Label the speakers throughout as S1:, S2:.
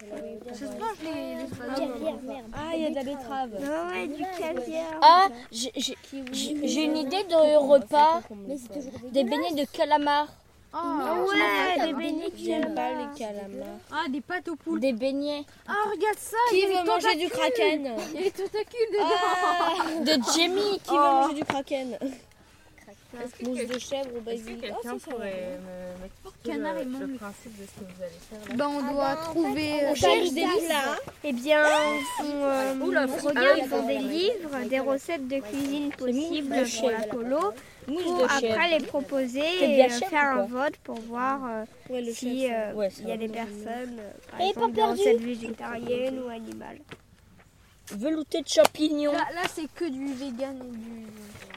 S1: Ça se mange les, les
S2: Caviar, merde.
S3: Ah, il y a de la betterave.
S1: Ouais, du caviar.
S4: Ah, j'ai j'ai- j'ai- j'ai une idée de repas.
S2: Mais c'est toujours des
S4: Des beignets de calamar.
S1: Ah ouais, des beignets qui
S3: J'aime pas les calamars.
S1: Ah, des pâtes aux poules.
S4: Des beignets.
S1: Ah, regarde ça.
S3: Qui veut manger du kraken
S1: Il y a des tentacules dedans.
S3: Ah,
S4: De Jamie.
S3: Qui veut manger du kraken Mousse de chèvre ou
S5: Est-ce que
S3: basilic Ah,
S5: quelqu'un
S3: c'est ça.
S5: pourrait me- m'expliquer
S1: Canard et
S5: le, le
S1: mangue.
S5: principe de ce que vous allez faire là
S1: Bah, on doit
S4: euh,
S1: trouver.
S3: On cherche des livres là.
S6: Eh bien, on, euh, regarde, ils font des livres, des recettes de cuisine possibles
S3: de
S6: pour la
S3: chèvre.
S6: colo,
S4: Mousse
S6: pour
S4: de chèvre.
S6: après les proposer
S3: de
S6: et
S3: la
S6: euh,
S3: chèvre
S6: faire
S3: ou
S6: un
S3: quoi
S6: vote pour voir euh,
S3: Ouais, le
S6: si
S3: chèvre.
S6: euh,
S4: ouais, ça
S6: il y a
S4: va.
S6: des personnes, euh, par
S4: Elle est
S6: exemple,
S4: pas
S6: des
S4: perdue.
S6: recettes végétariennes ou animales.
S4: Velouté de champignons.
S1: Là, là, c'est que du vegan et du.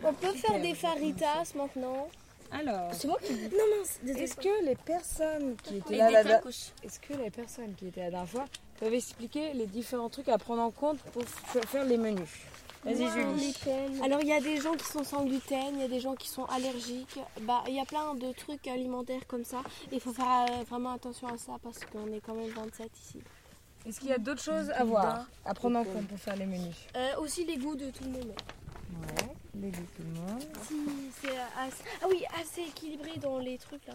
S3: On peut faire des faritas maintenant.
S5: Alors,
S3: C'est moi qui.
S5: non mince, est-ce que les personnes qui étaient là, la- est-ce que les personnes qui étaient la dernière fois peuvent expliquer les différents trucs à prendre en compte pour f- faire les menus Vas-y Julie.
S3: Alors, il y a des gens qui sont sans gluten, il y a des gens qui sont allergiques. Bah, il y a plein de trucs alimentaires comme ça. Il faut faire euh, vraiment attention à ça parce qu'on est quand même 27 ici.
S5: Est-ce qu'il y a d'autres choses à voir, à prendre en compte pour faire les menus
S3: Euh, aussi les goûts de tout le monde.
S5: Ouais, les goûts tout le monde.
S3: Si, c'est assez... Ah oui, assez équilibré dans les trucs là.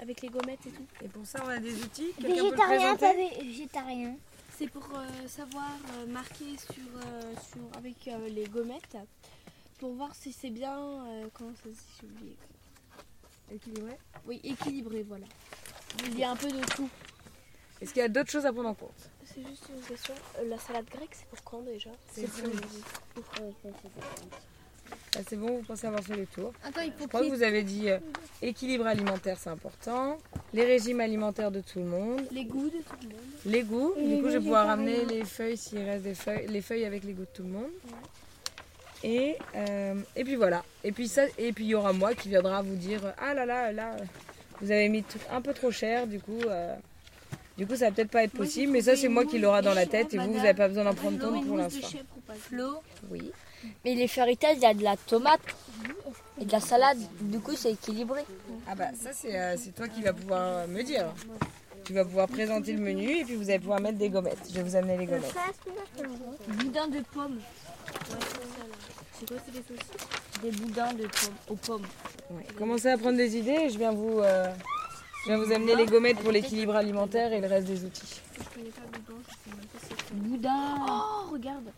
S3: Avec les gommettes et tout.
S5: Et pour ça, on a des outils. Quelqu'un peut le
S2: Végétarien,
S5: présenter
S2: pas vé- végétarien.
S3: C'est pour euh, savoir euh, marquer sur, euh, sur- avec euh, les gommettes pour voir si c'est bien. euh, comment ça se dit J'ai oublié.
S5: Équilibré.
S3: Oui, équilibré, voilà. Il y a un peu de tout.
S5: Est-ce qu'il y a d'autres choses à prendre en compte
S3: C'est juste une question. Euh, la salade grecque, c'est pour quand déjà
S5: C'est pour- Ah, C'est bon, vous pensez avoir fait le tour.
S1: Attends, il faut
S5: Je crois que vous avez dit euh, équilibre alimentaire, c'est important. Les régimes alimentaires de tout le monde.
S3: Les goûts de tout le monde.
S5: Les goûts. du coup, je vais pouvoir ramener les feuilles s'il reste des feuilles. Les feuilles avec les goûts de tout le monde. Et, euh, et puis voilà. Et puis ça, et puis il y aura moi qui viendra vous dire euh, ah là là là, euh, vous avez mis tout- un peu trop cher. Du coup, euh, du coup, ça va peut-être pas être
S3: Moi, j'ai
S5: possible. mais ça,
S3: trouvé
S5: c'est moi
S3: une
S5: qui l'aura
S3: mousse
S5: dans la
S3: de
S5: tête. Et
S3: chèvre,
S5: vous, vous
S3: madame.
S5: n'avez pas besoin d'en prendre
S3: Flo,
S5: compte
S3: une
S5: pour
S3: mousse de
S5: l'instant.
S3: chèvre ou pas
S4: Flo. Oui. Mais les faritas, il y a de la tomate et de la salade. Du coup, c'est équilibré.
S5: Ah bah ça c'est euh, c'est toi qui vas pouvoir euh, me dire. Tu vas pouvoir présenter le menu et puis vous allez pouvoir mettre des gommettes. Je vais vous amener les gommettes.
S4: Boudin de pommes. Des boudins de pommes aux pommes.
S5: Ouais. Commencez à prendre des idées et je viens vous, euh, je viens vous amener les gommettes pour l'équilibre alimentaire et le reste des outils.
S4: Boudin. Oh, regarde.